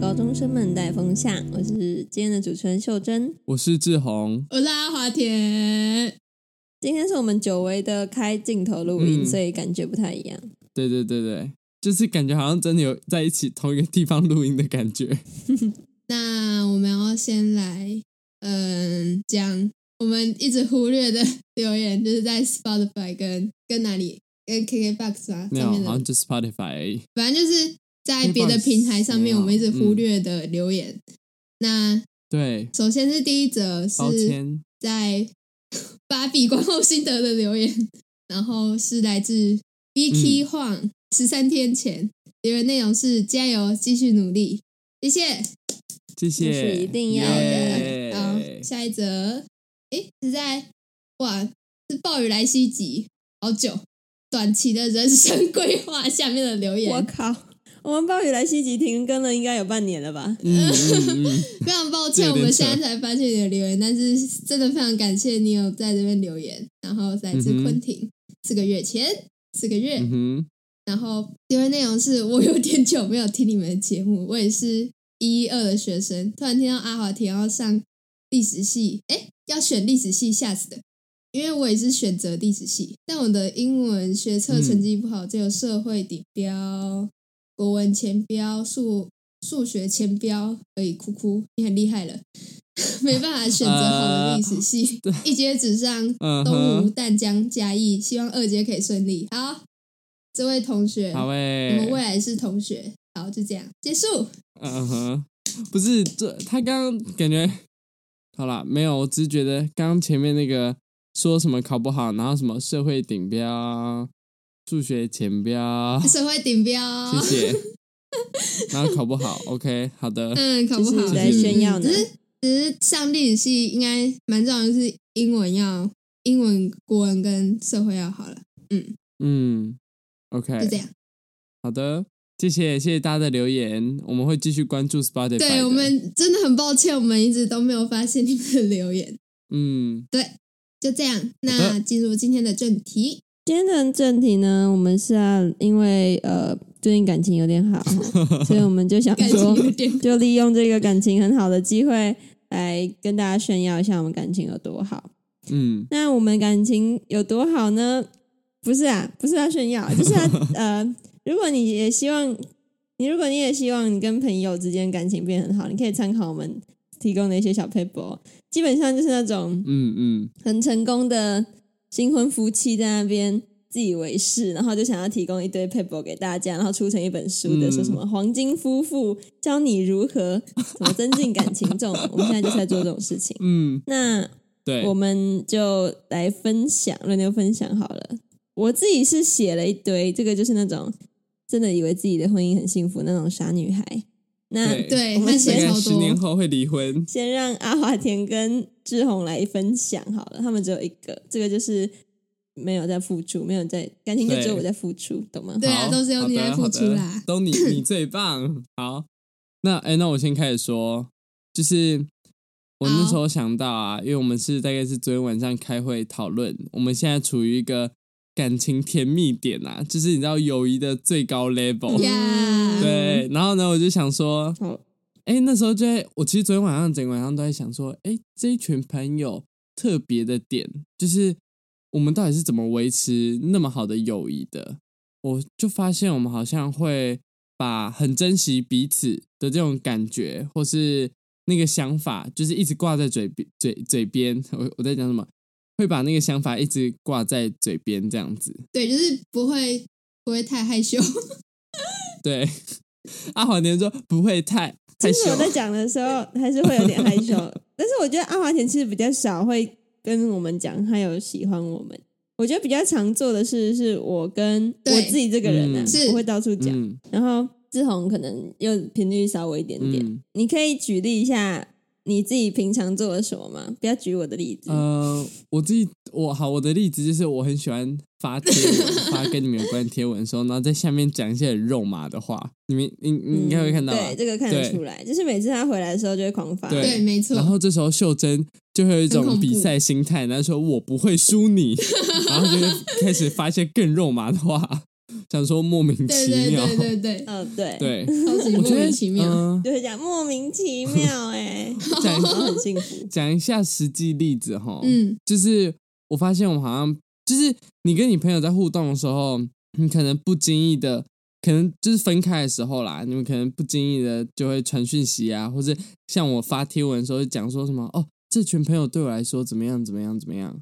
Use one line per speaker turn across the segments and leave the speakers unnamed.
高中生们带风向，我是今天的主持人秀珍。
我是志宏，
我拉华田，
今天是我们久违的开镜头录音，
嗯
所以感觉不太一样。
对对对对，就是感觉好像真的有在一起同一个地方录音的感觉。
那我们要先来，嗯，讲我们一直忽略的留言，就是在 Spotify 跟跟哪里跟 KKBox 啊
没
上
有，
面
好像
的，
就 Spotify 而已。
反正就是在别的
KKBOX
平台上面，
没有
我们一直忽略的留言。那
对，
首先是第一则是
抱歉，
在 芭比观后心得的留言，然后是来自 Vicky 晃十三天前留言内容是加油，继续努力，谢谢。
谢
那是
谢，
一定要
耶
的嗯
好，下一则，诶，是在哇，是暴雨来袭集，好久，短期的人生规划下面的留
我
言
靠，我们暴雨来袭集停更了，应该有半年了吧？
嗯嗯嗯，
非常抱
这
歉，
有
我
点
们
扯
现在才发现你的留言，但是真的非常感谢你有在这边留言。然后来自
嗯哼
昆汀，四个月前，四个月，
嗯哼，
然后留言内容是我有点久没有听你们的节目，我也是一一二的学生，突然听到阿华田要上历史系，哎，要选历史系，吓死的。因为我也是选择历史系，但我的英文学测成绩不好，只有社会底标、国文前标、数数学前标而已。哭哭，你很厉害了， 没办法选择好的历史系，一阶只上
嗯
东吴、
哼，
淡江、嘉义，希望二阶可以顺利。好，这位同学，
好
我
诶，
们未来是同学。好，就这样结束。
嗯哼，不是这，他刚刚感觉好啦，没有，我只是觉得刚刚前面那个说什么考不好，然后什么社会顶标、数学前标，
社会顶标，
谢谢， 然后考不好，OK，好的，
嗯，考不
就
好，
是在炫耀呢
嗯只是只是上历史系应该蛮重要的是英文要英文、国文跟社会要好了，
嗯
就这
，OK，
样。
好的，谢谢谢谢大家的留言，我们会继续关注 Spotify，
对
的
我，们真的很抱歉，我们一直都没有发现你们的留言。
嗯，
就这样，
好
那
的
进入今天的正题。
今天的正题呢，我们是啊，因为呃最近感情有点好哦， 所以我们就想
感情
说，
有点
就利用这个感情很好的机会来跟大家炫耀一下我们感情有多好。
嗯，
那我们感情有多好呢？不是啊，不是要炫耀，就是 要呃，如果你也希望你，如果你也希望你跟朋友之间感情变很好，你可以参考我们提供的一些小 paper，基本上就是那种
嗯嗯，
很成功的新婚夫妻在那边。自以为是，然后就想要提供一堆 paper 给大家，然后出成一本书的，
嗯
说什么黄金夫妇教你如 何怎么增进感情这种，我们现在就是在做这种事情。
嗯，
那
对，
我们就来分享，轮流分享好了。我自己是写了一堆，这个就是那种真的以为自己的婚姻很幸福那种傻女孩。那
对
对，
我们
他
大
写
概
超
十年
多，
后会离婚，
先让阿华田跟志宏来分享好了，他们只有一个，这个就是没有在付出，没有在感情就只有我在付出，懂吗？
对啊
好
都是由你
好的
来付出啦
好的 都你你最棒。好，那哎、那我先开始说，就是我那时候想到啊，因为我们是大概是昨天晚上开会讨论，我们现在处于一个感情甜蜜点啊，就是你知道友谊的最高 level。
Yeah
嗯
对，，然后呢，我就想说，
好，
哎、那时候就在，我其实昨天晚上整个晚上都在想说，哎、这一群朋友特别的点，就是我们到底是怎么维持那么好的友谊的？我就发现我们好像会把很珍惜彼此的这种感觉，或是那个想法，就是一直挂在嘴边嘴嘴边。我我在讲什么？会把那个想法一直挂在嘴边，这样子。
对，就是不会不会太害羞。
对， 阿华田说不会太害
其
羞
实我。在讲的时候还是会有点 害羞，但是我觉得阿华田其实比较少会跟我们讲他有喜欢我们。我觉得比较常做的事是我跟
对
我自己这个人啊
嗯
是，
我会到处讲。
嗯
然后志宏可能又频率稍微一点点。
嗯。
你可以举例一下你自己平常做了什么吗？不要举我的例子。
呃，我自己我好，我的例子就是我很喜欢发贴文，发跟你们有关的贴文的时候，然后在下面讲一些很肉麻的话，你们你你应该会看到吧
嗯对，？这个看得
对
出来，就是每次他回来的时候就会狂发。
对
对，没错
然。后这时候秀珍就会有一
很
种
恐怖
比赛 心态，然后说我不会输你，然后就会开始发一些更肉麻的话。 想说莫名
对
其
对
妙，
对对 对，
嗯、对，
对
超级
我
莫
觉得
名其妙。
嗯
就是讲莫名其妙 哎、
讲一
然后很幸福。
讲一下实际例子哈，
嗯，
就是我发现我们好像就是你跟你朋友在互动的时候，你可能不经意的，可能就是分开的时候啦，你们可能不经意的就会传讯息啊，或者像我发贴文的时候讲说什么哦，这群朋友对我来说怎么样怎么样怎么样，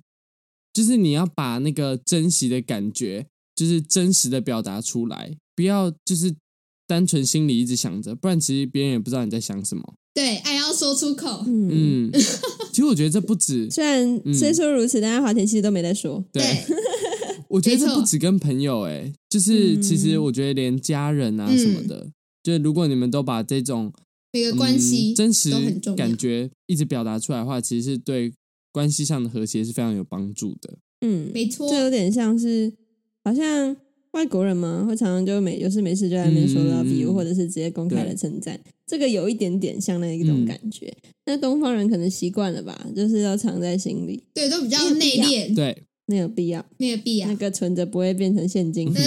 就是你要把那个珍惜的感觉，就是真实的表达出来，不要就是单纯心里一直想着，不然其实别人也不知道你在想什么。
对，爱要说出口。
嗯，
嗯，其实我觉得这不止
虽然
嗯
虽说如此，但是华田其实都没在说。
对
对。
我觉得
没
这
错
不止跟朋友哎、就是
嗯
其实我觉得连家人啊
嗯
什么的，就是如果你们都把这种、
每个
嗯
关系、
真实
都很重要
感觉一直表达出来的话，其实是对关系上的和谐是非常有帮助的。
嗯，
没错，
这有点像是好像外国人嘛，会常常就没有事没事就在那边说
嗯
love you，、
嗯
或者是直接公开的
对
称赞，这个有一点点像那一
嗯
种感觉。那东方人可能习惯了吧，就是要藏在心里，
对，都比较内敛，
对，
没有必要，
没有必要
那。个存着不会变成现金。
嗯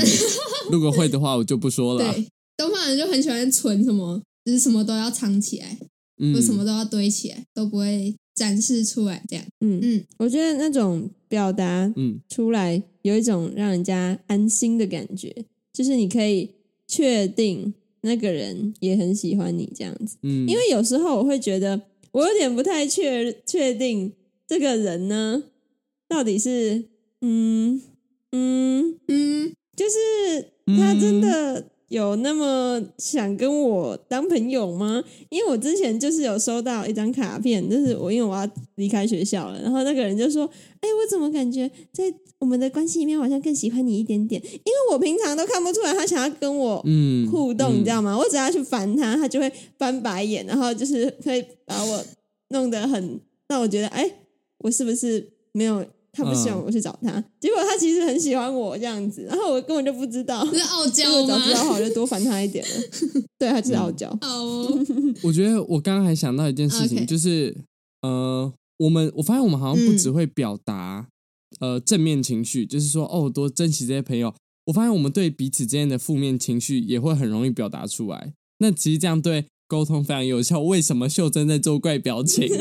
如果会的话，我就不说了啊。
对，东方人就很喜欢存什么，就是什么都要藏起来，
嗯
或什么都要堆起来，都不会展示出来。这样，
嗯，
嗯，
我觉得那种表达
嗯
出来有一种让人家安心的感觉，就是你可以确定那个人也很喜欢你这样子。
嗯，
因为有时候我会觉得我有点不太确确定这个人呢到底是嗯嗯，
嗯，
就是他真的有那么想跟我当朋友吗？因为我之前就是有收到一张卡片，就是我因为我要离开学校了，然后那个人就说：“哎、我怎么感觉在我们的关系里面，我好像更喜欢你一点点？因为我平常都看不出来他想要跟我
嗯
互动，
嗯
你知道吗？我只要去烦他，他就会翻白眼，然后就是会把我弄得很让我觉得，哎、我是不是没有他不喜欢
嗯
我去找他？结果他其实很喜欢我这样子，然后我根本就不知 道。
这是傲
如果
娇
早知道的话，
吗？
我就多烦他一点了。对，他就是傲娇。
嗯
好哦，
我觉得我刚刚还想到一件事情
OK
就是呃，我们我发现我们好像不只会表达、呃正面情绪，就是说哦，多珍惜这些朋友。我发现我们对彼此之间的负面情绪也会很容易表达出来。那其实这样对沟通非常有效。为什么秀珍在做怪表情？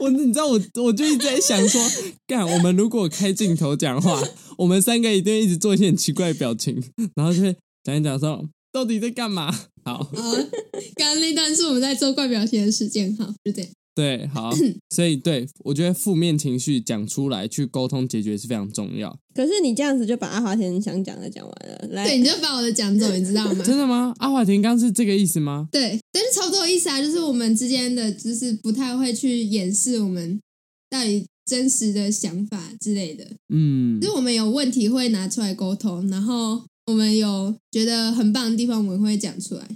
我你知道我我就一直在想说，干我们如果开镜头讲话，我们三个一定会一直做一些很奇怪的表情，然后就会讲一讲说到底在干嘛？好，
好，啊刚刚那段是我们在做怪表情的时间，好，就这样。
对，好，所以对我觉得负面情绪讲出来去沟通解决是非常重要。
可是你这样子就把阿华田想讲的讲完了。
对，
来，
你就把我的讲走，你知道吗？
真的吗？阿华田刚是这个意思吗？
对，但是差不多意思啊，就是我们之间的，就是不太会去掩饰我们到底真实的想法之类的。
嗯
就是我们有问题会拿出来沟通，然后我们有觉得很棒的地方，我们会讲出来。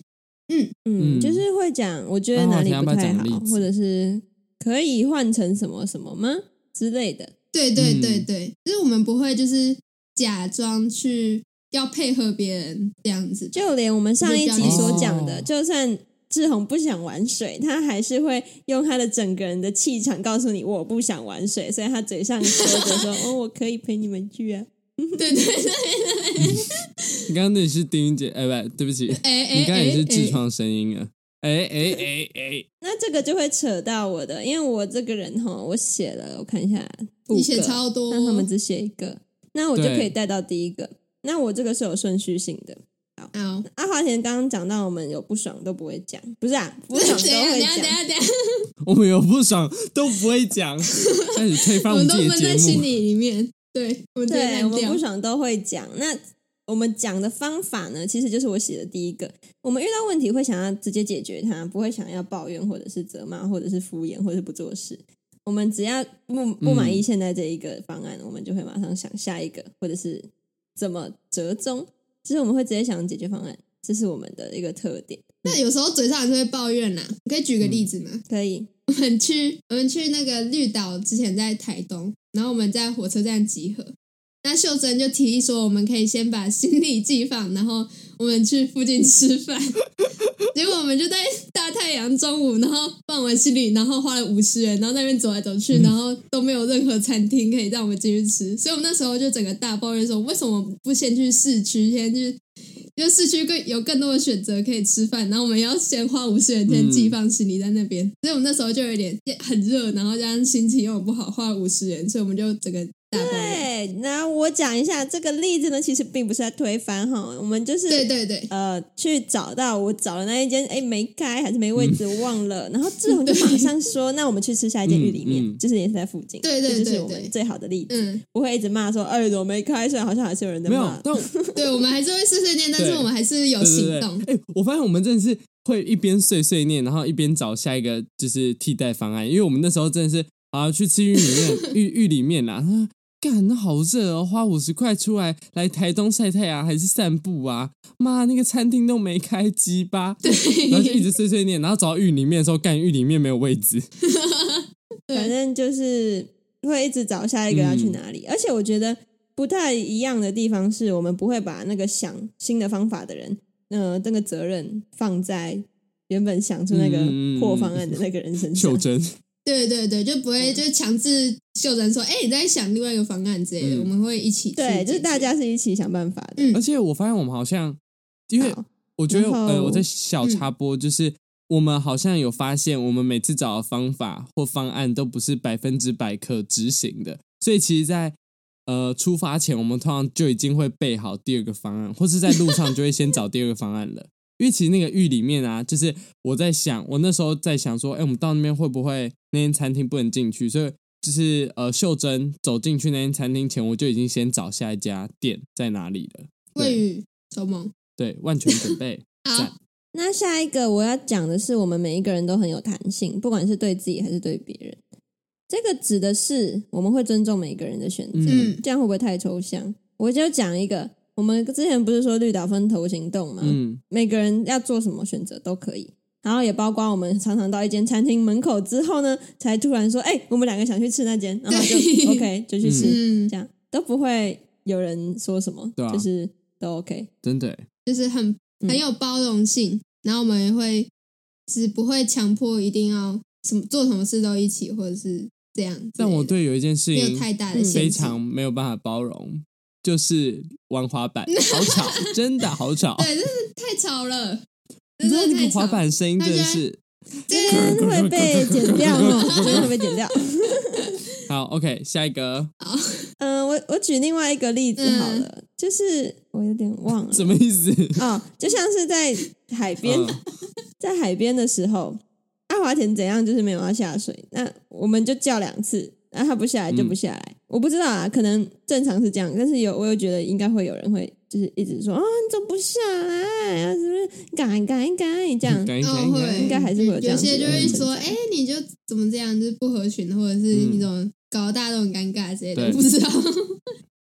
嗯，
嗯
就是会讲，我觉得哪里不太
那阿华田要不要讲
好
例，子
或者是可以换成什么什么吗之类的。
对对
嗯
对对，就是我们不会就是假装去要配合别人这样子。
就连我们上一集所讲的，
哦
就算志宏不想玩水，他还是会用他的整个人的气场告诉你我不想玩水，所以他嘴上说着说哦，我可以陪你们去啊。
对对对，
你刚刚那里是丁姐，哎、不，对不起，
哎哎
你刚才也是痔
哎，
疮声音啊。哎哎哎哎，
那这个就会扯到我的，因为我这个人哈，我写了，我看一下，五
你写
个，
哎超多，
那他们只写一个，那我就
对
可以带到第一个。那我这个是有顺序性的。
好。
阿华田刚刚讲到，我们有不爽都不会讲，不是啊，不爽
等一
都
下等
会
一下等一
讲。
下等一下，
我们有不爽都不会讲，开始推翻
我
们
们
自
都
己
闷在
的节
心
目。
里里面，对，我们直接
对，我
烂
们
掉
不。爽都会讲。那我们讲的方法呢，其实就是我写的第一个。我们遇到问题会想要直接解决它，不会想要抱怨或者是责骂，或者是敷衍，或者是不做事。我们只要不不满意
嗯
现在这一个方案，我们就会马上想下一个，或者是怎么折中。就是我们会直接想解决方案，这是我们的一个特点。
那有时候嘴上还是会抱怨啦，啊你可以举个例子吗？
可以，
我们去我们去那个绿岛之前在台东，然后我们在火车站集合。那秀珍就提议说，我们可以先把行李寄放，然后我们去附近吃饭。 结果我们就在大太阳中午，然后办完婚礼，然后花了五十元，然后在那边走来走去，
嗯
然后都没有任何餐厅可以让我们进去吃，所以我们那时候就整个大抱怨说，为什么不先去市区，先去，因为市区更有更多的选择可以吃饭，然后我们要先花五十元先寄放行李在那边，所以我们那时候就有点很热，然后加上心情又很不好，花了五十元，所以我们就整个大抱怨。
对，那我讲一下这个例子呢，其实并不是在推翻哈，我们就是
对对对，
呃，去找到我找的那一间，哎，没开还是没位置，忘了。然后志宏就马上说：“那我们去吃下一间玉里面，
嗯嗯
就是也是在附近。”
对对
这就是
对
我们
对
最好的例子。
嗯，
不会一直骂说：“哎，怎么没开？”虽然好像还是有人在
没有
骂，，
但我
对，我们还是会碎碎念，但是
对
我们还是有
对
行
对
动。
对，哎、我发现我们真的是会一边碎碎念，然后一边找下一个就是替代方案，因为我们那时候真的是啊去吃玉里面玉玉里面啦，啊干那好热哦，花五十块出来来台东晒太阳还是散步啊，妈那个餐厅都没开机吧，
对，
然后就一直碎碎念，然后找到玉里面的时候，干玉里面没有 位置，
啊对
反正就是会一直找下一个要去哪里。而且我觉得不太一样的地方是我们不会把那个想新的方法的人，呃，这个责任放在原本想出那个
嗯
破方案的那个人身 上
秀。珍，
对对对，就不会就强制秀珍说，哎、你在想另外一个方案之类的，
嗯
我们会一起去
对，就
解决
是大家是一起想办法的。
嗯
而且我发现我们好像因为
好
我觉得，
嗯然后嗯
呃，我在小插播，就是我们好像有发现，我们每次找的方法或方案都不是百分之百可执行的，所以其实在，呃出发前，我们通常就已经会备好第二个方案，或是在路上就会先找第二个方案了。因为其实那个狱里面啊，就是我在想，我那时候在想说，哎，我们到那边会不会那间餐厅不能进去？所以就是呃，秀珍走进去那间餐厅前，我就已经先找下一家店在哪里了。
未雨绸缪。
对，万全准备。
好
赞，
那下一个我要讲的是，我们每一个人都很有弹性，不管是对自己还是对别人。这个指的是我们会尊重每个人的选择，
嗯
这样会不会太抽象？我就讲一个，我们之前不是说绿岛分头行动吗？
嗯，
每个人要做什么选择都可以，然后也包括我们常常到一间餐厅门口之后呢，才突然说：“哎、我们两个想去吃那间。”然后就
对
OK 就去吃，
嗯，
这样都不会有人说什么，
对啊
就是都 OK。
真的欸。
就是很
嗯
很有包容性，然后我们也会是不会强迫一定要什么做什么事都一起，或者是这样之类的。
但我对有一件事
没有
情
太大的
嗯
限制，
非常没有办法包容，就是玩滑 板，好吵，真的好吵。
对，真是太吵了， 真
你知
的
道那
太
个
吵
滑板声音真的是
今天会被剪掉哦，今天会被剪掉。
好。OK，下一个
好，
嗯，我我举另外一个例子好了，就是我有点忘了
什么意思？
哦，就像是在海边，
嗯
在海边的时候，阿华田怎样就是没有要下水，那我们就叫两次，那他不下来就不下来。我不知道啊，可能正常是这样，但是有我有觉得应该会有人会就是一直说啊，你怎么不下来啊？是不是赶赶赶这 样？
感应
哦，会
应该还是会有这
有
样子的
些
人
就会说，
存在
哎、你就怎么这样，就是不合群，或者是
嗯
你怎么搞得大家都很尴尬之类的，
对
不知道。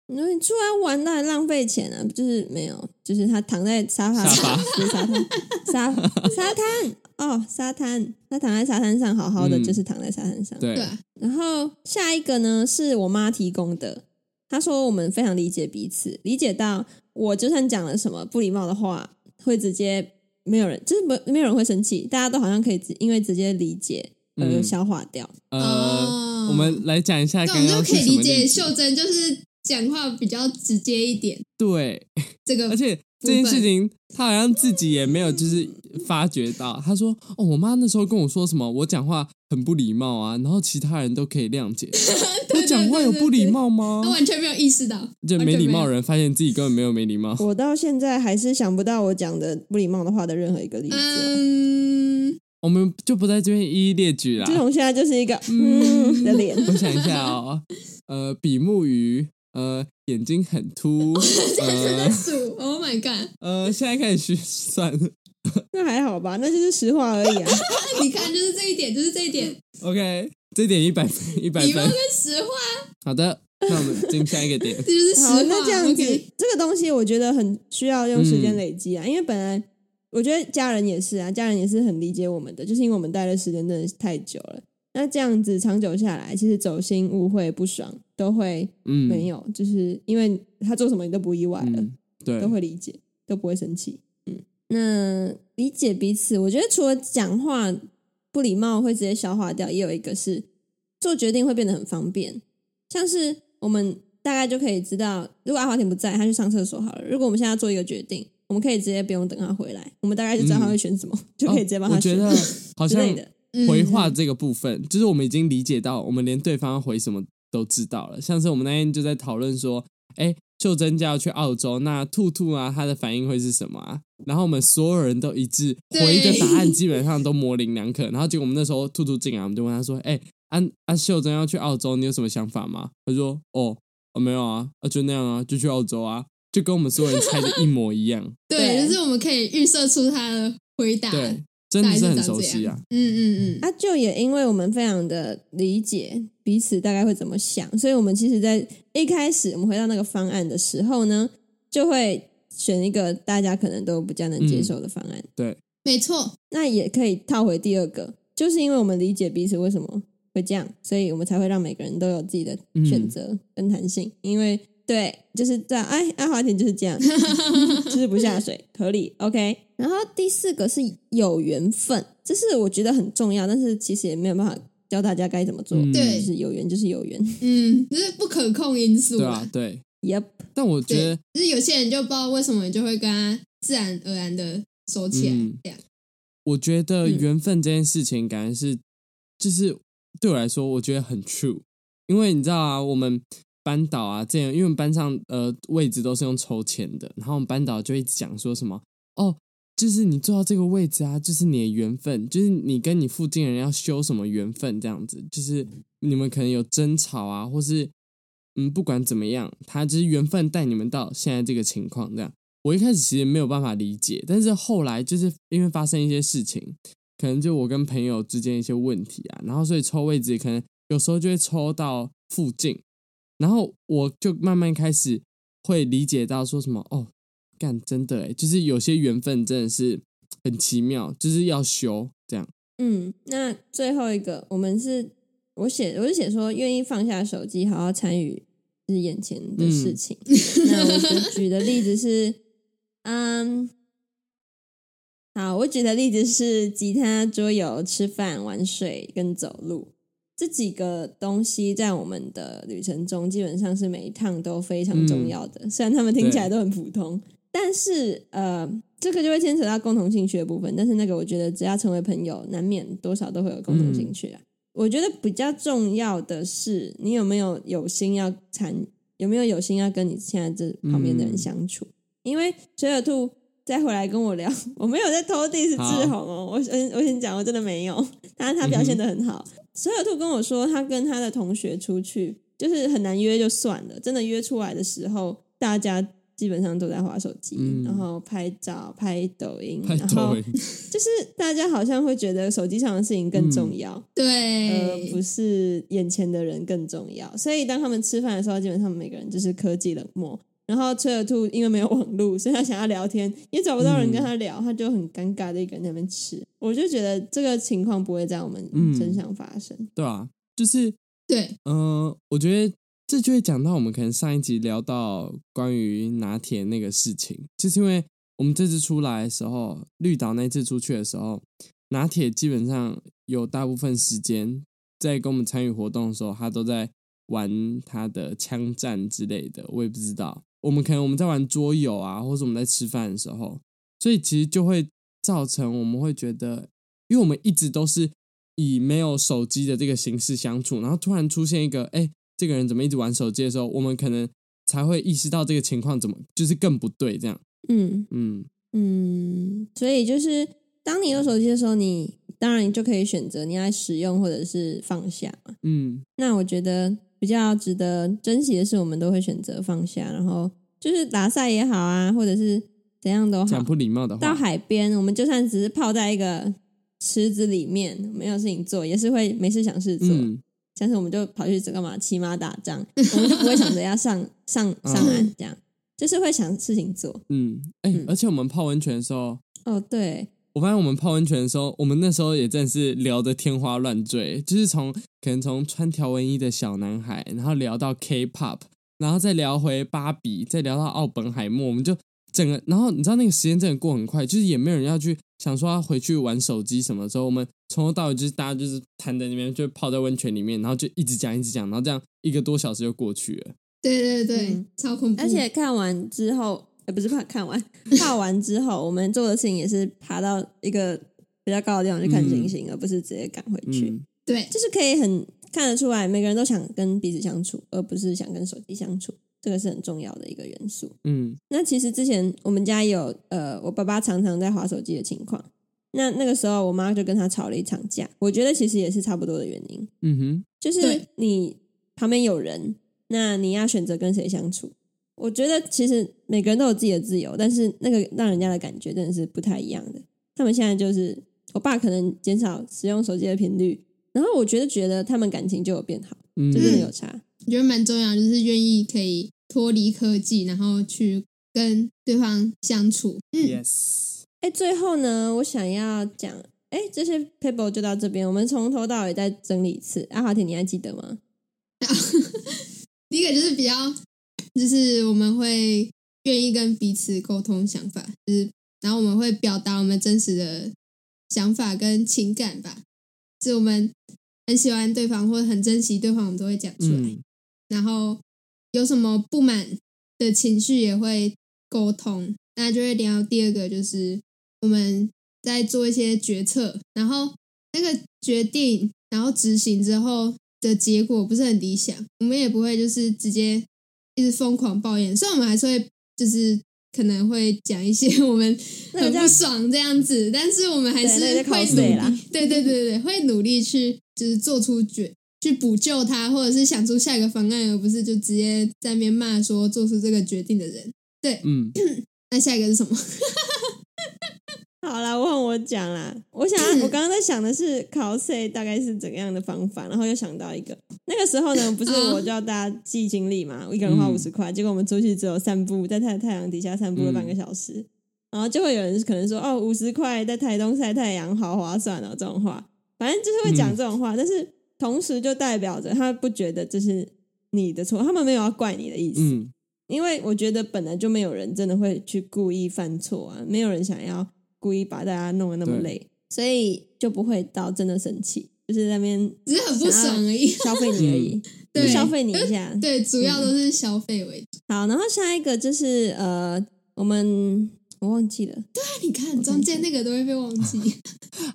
你说你出来玩那浪费钱啊，就是没有，就是他躺在沙发
沙
上
发，
不是沙滩，沙沙滩哦，沙滩，他躺在沙滩上，好好的，
嗯
就是躺在沙滩上。
对
对啊，
然后下一个呢，是我妈提供的，她说我们非常理解彼此，理解到我就算讲了什么不礼貌的话，会直接没有人，就是没没有人会生气，大家都好像可以直因为直接理解而
嗯
消化掉。
呃，
哦，
我们来讲一下
那我
刚
们
刚
就可以
是什么
理
例
解
子
秀珍就是讲话比较直接一点，
对，
这个
而且这件事情，他好像自己也没有就是发觉到。他说：“哦，我妈那时候跟我说什么，我讲话很不礼貌啊，然后其他人都可以谅 解。我讲话有不礼貌吗
他？完全没有意识到，
这没礼貌人发现自己根本没有没礼 貌。
我到现在还是想不到我讲的不礼貌的话的任何一个
啊
例子、哦。
嗯，
我们就不在这边一一列举啦。
志宏现在就是一个嗯的脸，
我想一下哦，呃，比目鱼，呃，眼睛很凸，
在
呃
数，Oh my god！
呃，现在开始去算了。
那还好吧，那就是实话而已啊。
你看，就是这一点，就是这一点，
OK，这点一百 分，一百
礼貌
分
跟。实话，
好的，那我们进下一个 点。
这就是实
好
话。，
那这样子
OK
这个东西我觉得很需要用时间
嗯
累积啊，因为本来我觉得家人也是啊，家人也是很理解我们的，就是因为我们待的时间真的是太久了。那这样子长久下来，其实走心、误会、不爽都会
嗯，
没有，啊就是因为他做什么你都不意外了，
嗯，对
都，会理解，都不会生气。嗯那理解彼此，我觉得除了讲话不礼貌会直接消化掉，也有一个是做决定会变得很方便，像是我们大概就可以知道，如果阿华田不在，他去上厕所好了。如果我们现在要做一个决定，我们可以直接不用等他回来，我们大概就知道他会选什么， 就可以直接帮
嗯哦
他
我觉
选
得好
之
像
类的。
嗯
回话这个部分，就是我们已经理解到，我们连对方要回什么都知道了。像是我们那天就在讨论说，哎，秀珍家要去澳洲，那兔兔啊，它的反应会是什么啊？然后我们所有人都一致
对
回的答案基本上都模棱两可。然后结果我们那时候兔兔进来，我们就问他说，哎，安、安、秀珍要去澳洲，你有什么想法吗？他说，哦，哦没有啊，啊就那样啊，就去澳洲啊，就跟我们所有人猜的一模一 样。
对，
对
就是我们可以预设出他的回答，
对，
大
真的
概
是
就
很
长这
熟悉
样
啊。。
嗯嗯嗯，
啊，就也因为我们非常的理解彼此大概会怎么想，所以我们其实，在一开始我们回到那个方案的时候呢，就会选一个大家可能都比较能接受的方案。
没错，
那也可以套回第二个，就是因为我们理解彼此为什么会这样，所以我们才会让每个人都有自己的选择跟弹性。因为对，就是这样，哎，阿华田就是这样，
嗯
就是不下水，合理，OK。然后第四个是有缘分，这是我觉得很重要，但是其实也没有办法教大家该怎么做，
嗯
就
对
是有缘就是有缘。
嗯，就是不可控因素
对
啦
啊，对。
Yep，
但我觉得
对，就是有些人就不知道为什么，你就会跟他自然而然的熟起来，
嗯
这样，
我觉得
嗯
缘分这件事情，感觉是就是对我来说，我觉得很 true，因为你知道啊，我们班导啊，这样因为我们班上呃位置都是用抽签的，然后我们班导就一直讲说什么哦，就是你坐到这个位置啊，就是你的缘分，就是你跟你附近的人要修什么缘分这样子，就是你们可能有争吵啊，或是嗯不管怎么样，他就是缘分带你们到现在这个情况这样。我一开始其实没有办法理解，但是后来就是因为发生一些事情，可能就我跟朋友之间一些问题啊，然后所以抽位置可能有时候就会抽到附近，然后我就慢慢开始会理解到说什么哦，干真的诶，就是有些缘分真的是很奇妙，就是要修这样，
嗯，那最后一个，我们是我写，我是写说愿意放下手机，好好参与就是眼前的事情。那我就举的例子是，嗯，好，我举的例子是吉他、桌游、吃饭、玩水跟走路这几个东西，在我们的旅程中，基本上是每一趟都非常重要的。虽然他们听起来都很普通，但是呃，这个就会牵扯到共同兴趣的部分。但是那个，我觉得只要成为朋友，难免多少都会有共同
嗯
兴趣啊。我觉得比较重要的是，你有没有有心要参，有没有有心要跟你现在这旁边的人
嗯
相处？因为水有兔再回来跟我聊， 我没有在偷地是志
好
宏哦，我先我先讲，我真的没有，但是他表
嗯
现的很好。水有兔跟我说，他跟他的同学出去，就是很难约就算了，真的约出来的时候，大家基本上都在划手机，
嗯
然后拍照、拍抖音，
太
然后
对，
就是大家好像会觉得手机上的事情更重要。而
对，
呃不是眼前的人更重要。所以当他们吃饭的时候，基本上每个人就是科技冷漠。然后崔尔兔因为没有网络，所以他想要聊天，也找不到人跟他聊，他就很尴尬的一个人在那边吃。我就觉得这个情况不会在我们
嗯
身上发生。
对啊，就是
对，
嗯、呃我觉得这就会讲到我们可能上一集聊到关于拿铁那个事情，就是因为我们这次出来的时候，绿岛那次出去的时候，拿铁基本上有大部分时间在跟我们参与活动的时候，他都在玩他的枪战之类的，我也不知道。我们可能我们在玩桌游啊，或者我们在吃饭的时候，所以其实就会造成我们会觉得，因为我们一直都是以没有手机的这个形式相处，然后突然出现一个，哎，这个人怎么一直玩手机的时候，我们可能才会意识到这个情况怎么就是更不对这样。
嗯，
嗯，
嗯，所以就是当你有手机的时候，你当然就可以选择你要使用或者是放下嘛。
嗯，
那我觉得比较值得珍惜的是，我们都会选择放下，然后就是打赛也好啊，或者是怎样都好
讲，不礼貌的
到
话，
海边，我们就算只是泡在一个池子里面，没有事情做，也是会没事想事做。
嗯，
像是我们就跑去干嘛骑马打仗，我们就不会想着要上上上岸这样，就是会想事情做。
嗯，哎、
嗯
而且我们泡温泉的时候，
哦，对，
我发现我们泡温泉的时候，我们那时候也真的是聊得天花乱坠，就是从可能从穿条纹衣的小男孩，然后聊到 K-pop，然后再聊回芭比，再聊到奥本海默，我们就整个，然后你知道那个时间真的过很快，就是也没有人要去想说要回去玩手机什么的时候，我们从头到尾就是大家就是瘫在那边，就泡在温泉里面，然后就一直讲一直讲，然后这样一个多小时就过去了。
对对对，
嗯
超恐怖，
而且看完之后，呃，不是怕看完，泡完之后，我们做的事情也是爬到一个比较高的地方去看星星，而不是直接赶回去。
嗯，
对
就是可以很看得出来，每个人都想跟彼此相处，而不是想跟手机相处，这个是很重要的一个元素。
嗯
那其实之前我们家也有呃，我爸爸常常在划手机的情况。那那个时候，我妈就跟他吵了一场架。我觉得其实也是差不多的原因，
嗯哼，
就是
对
你旁边有人，那你要选择跟谁相处。我觉得其实每个人都有自己的自由，但是那个让人家的感觉真的是不太一样的。他们现在就是我爸可能减少使用手机的频率，然后我觉得觉得他们感情就有变好，
嗯
就真的有差。
我觉得蛮重要，就是愿意可以脱离科技，然后去跟对方相处。嗯
Yes，
哎，最后呢，我想要讲，哎，这些 paper 就到这边，我们从头到尾再整理一次。阿华田，你还记得吗？
第一个就是比较，就是我们会愿意跟彼此沟通想法，就是然后我们会表达我们真实的想法跟情感吧，就是我们很喜欢对方或者很珍惜对方，我们都会讲出来。
嗯
然后有什么不满的情绪也会沟通。那就会聊第二个，就是我们在做一些决策，然后那个决定，然后执行之后的结果不是很理想，我们也不会就是直接一直疯狂抱怨，虽然我们还是会就是可能会讲一些 我们
那个
很
叫
不爽这样子，但是我们还是
对那个叫
会
口
努
水啦
力，对对对对对，
嗯
会努力去就是做出决去补救他，或者是想出下一个方案，而不是就直接在那边骂说做出这个决定的人。
嗯，
那下一个是什么？
好啦，换我讲啦。我想要，
嗯
我刚刚在想的是 cos 大概是怎样的方法，然后又想到一个。那个时候呢，不是
哦
我叫大家记经历嘛，我一个人花五十块，结果我们出去只有散步，在太太阳底下散步了半个小时，然后就会有人可能说：“哦，五十块在台东晒太阳好划算哦。”这种话，反正就是会讲这种话，但是同时就代表着他不觉得这是你的错，他们没有要怪你的意思。
嗯
因为我觉得本来就没有人真的会去故意犯错啊，没有人想要故意把大家弄得那么
对
累，所以就不会到真的生气，就是在那边
只是很不爽而已。
消费你而已，
对
啊就消费你一下。
对，主要都是消费为主。
好，然后下一个就是呃，我们我忘记了，
那你看中间那个都会被忘 记，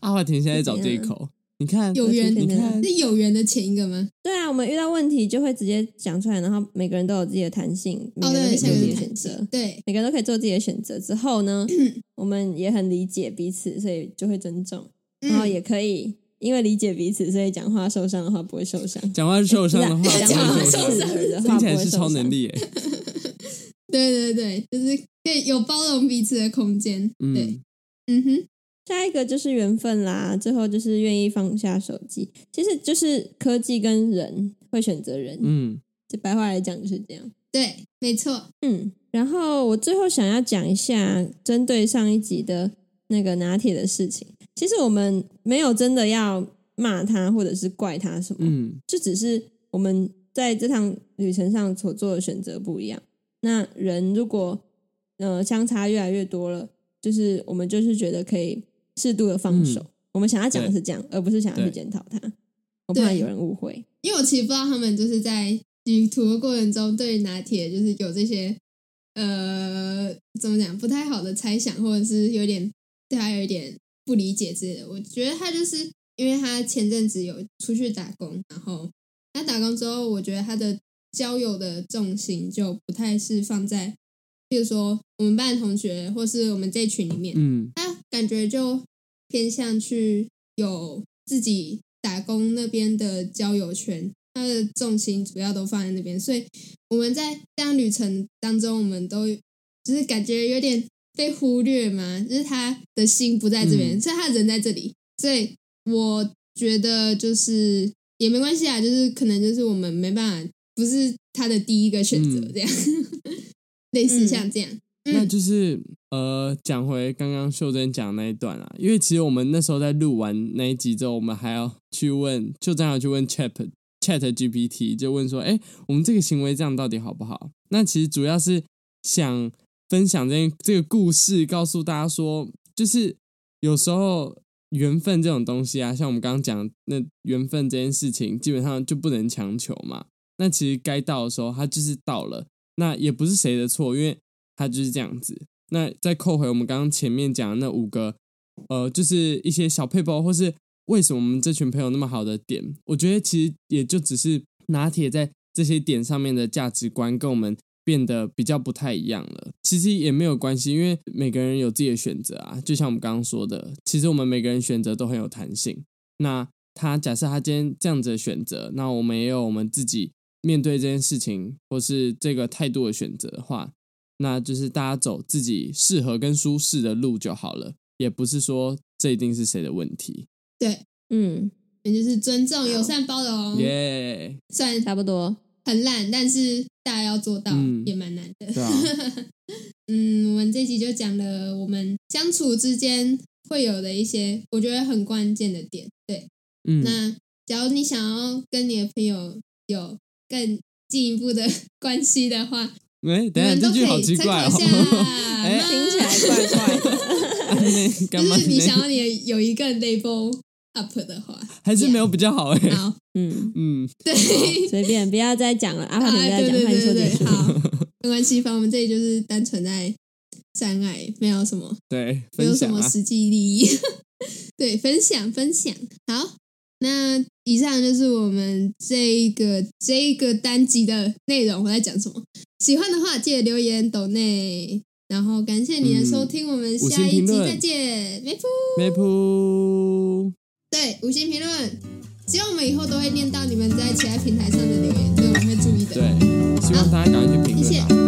阿华田现在找借口，你看，
嗯有缘
你看，
是有缘的前一个吗？
对啊，我们遇到问题就会直接讲出来，然后每个人都有自己的弹性，每
哦，
个人
对，
都可以
下
做
一
自
个
己
是
的选
弹
择
性。。对，
每个人都可以做自己的选择之 后呢，我们也很理解彼此，所以就会尊重，然后
嗯
也可以因为理解彼此，所以讲话受伤的话不会受伤。
讲话受伤的话，
不是啊
哎讲话
会
受
受
伤
伤，
的话
听
不
起
会
来
受
是超
伤
能。力耶，
对对对，就是可以有包容彼此的空间。对，
嗯
嗯哼，
下一个就是缘分啦，最后就是愿意放下手机，其实就是科技跟人会选择人，
嗯
这白话来讲就是这样。
对，没错。
嗯，然后我最后想要讲一下针对上一集的那个拿铁的事情，其实我们没有真的要骂他或者是怪他什么，
嗯
就只是我们在这趟旅程上所做的选择不一样。那人如果呃相差越来越多了，就是我们就是觉得可以适度的放手。我们想要讲的是这样，而不是想要去
对
检讨他。我怕有人误会。
因为我其实不知道他们就是在旅途的过程中对拿铁就是有这些呃怎么讲不太好的猜想，或者是有点对他有一点不理解之类的。我觉得他就是因为他前阵子有出去打工，然后他打工之后，我觉得他的交友的重心就不太是放在，比如说我们班的同学或是我们这群里面，
嗯
他感觉就偏向去有自己打工那边的交友圈，他的重心主要都放在那边，所以我们在这样旅程当中，我们都就是感觉有点被忽略嘛，就是他的心不在这边，
嗯
所以他人在这里，所以我觉得就是也没关系啊，就是可能就是我们没办法，不是他的第一个选择
嗯
这样， 类似像这样，
那就是呃，讲回刚刚秀珍讲那一段啊，因为其实我们那时候在录完那一集之后，我们还要去问秀珍，还要去问 Chat Chat GPT，就问说，哎，我们这个行为这样到底好不好？那其实主要是想分享这这个故事，告诉大家说，就是有时候缘分这种东西啊，像我们刚刚讲那缘分这件事情，基本上就不能强求嘛。那其实该到的时候，它就是到了，那也不是谁的错，因为它就是这样子。那再扣回我们刚刚前面讲的那五个，呃，就是一些小配包，或是为什么我们这群朋友那么好的点，我觉得其实也就只是拿铁在这些点上面的价值观跟我们变得比较不太一样了。其实也没有关系，因为每个人有自己的选择啊。就像我们刚刚说的，其实我们每个人选择都很有弹性。那他假设他今天这样子的选择，那我们也有我们自己面对这件事情或是这个态度的选择的话，那就是大家走自己适合跟舒适的路就好了，也不是说这一定是谁的问题。
对，
嗯，
也就是尊重、友善、包容，
耶、
虽然
差不多。
很烂，但是大家要做到、
嗯
也蛮难的。
对啊
嗯，我们这集就讲了我们相处之间会有的一些我觉得很关键的点。对，
嗯，
那假如你想要跟你的朋友有更进一步的 关系的话，
哎，
你
等一下
们都
这
可
句好
以
奇
参
怪
考
哦
一下。。啊
哎
妈
听起来怪 怪的。
干
就
嘛
是你
呢
想要你的有一个 label up 的 话，
还是没有比较好哎、
好，
嗯，
嗯，
对，
随便，不要再讲了，阿华田不
啊，
要
对
讲，
对
换你说
对
点
对，好，没关系，反正我们这里就是单纯在善爱，没有什么，
对，
没有
分
什
享
么
啊，
实际利益。 对，分享分享。好，那以上就是我们这一个这一个单集的内容，我在讲什么？喜欢的话记得留言抖内，然后感谢你的
嗯
收听，我们
五
下
星
一集
评论
再见，没错。
梅普，
对，五星评论，希望我们以后都会念到你们在其他平台上的留言，所以我们会注意的。
对，希望大家赶快去评
谢谢
论吧。啊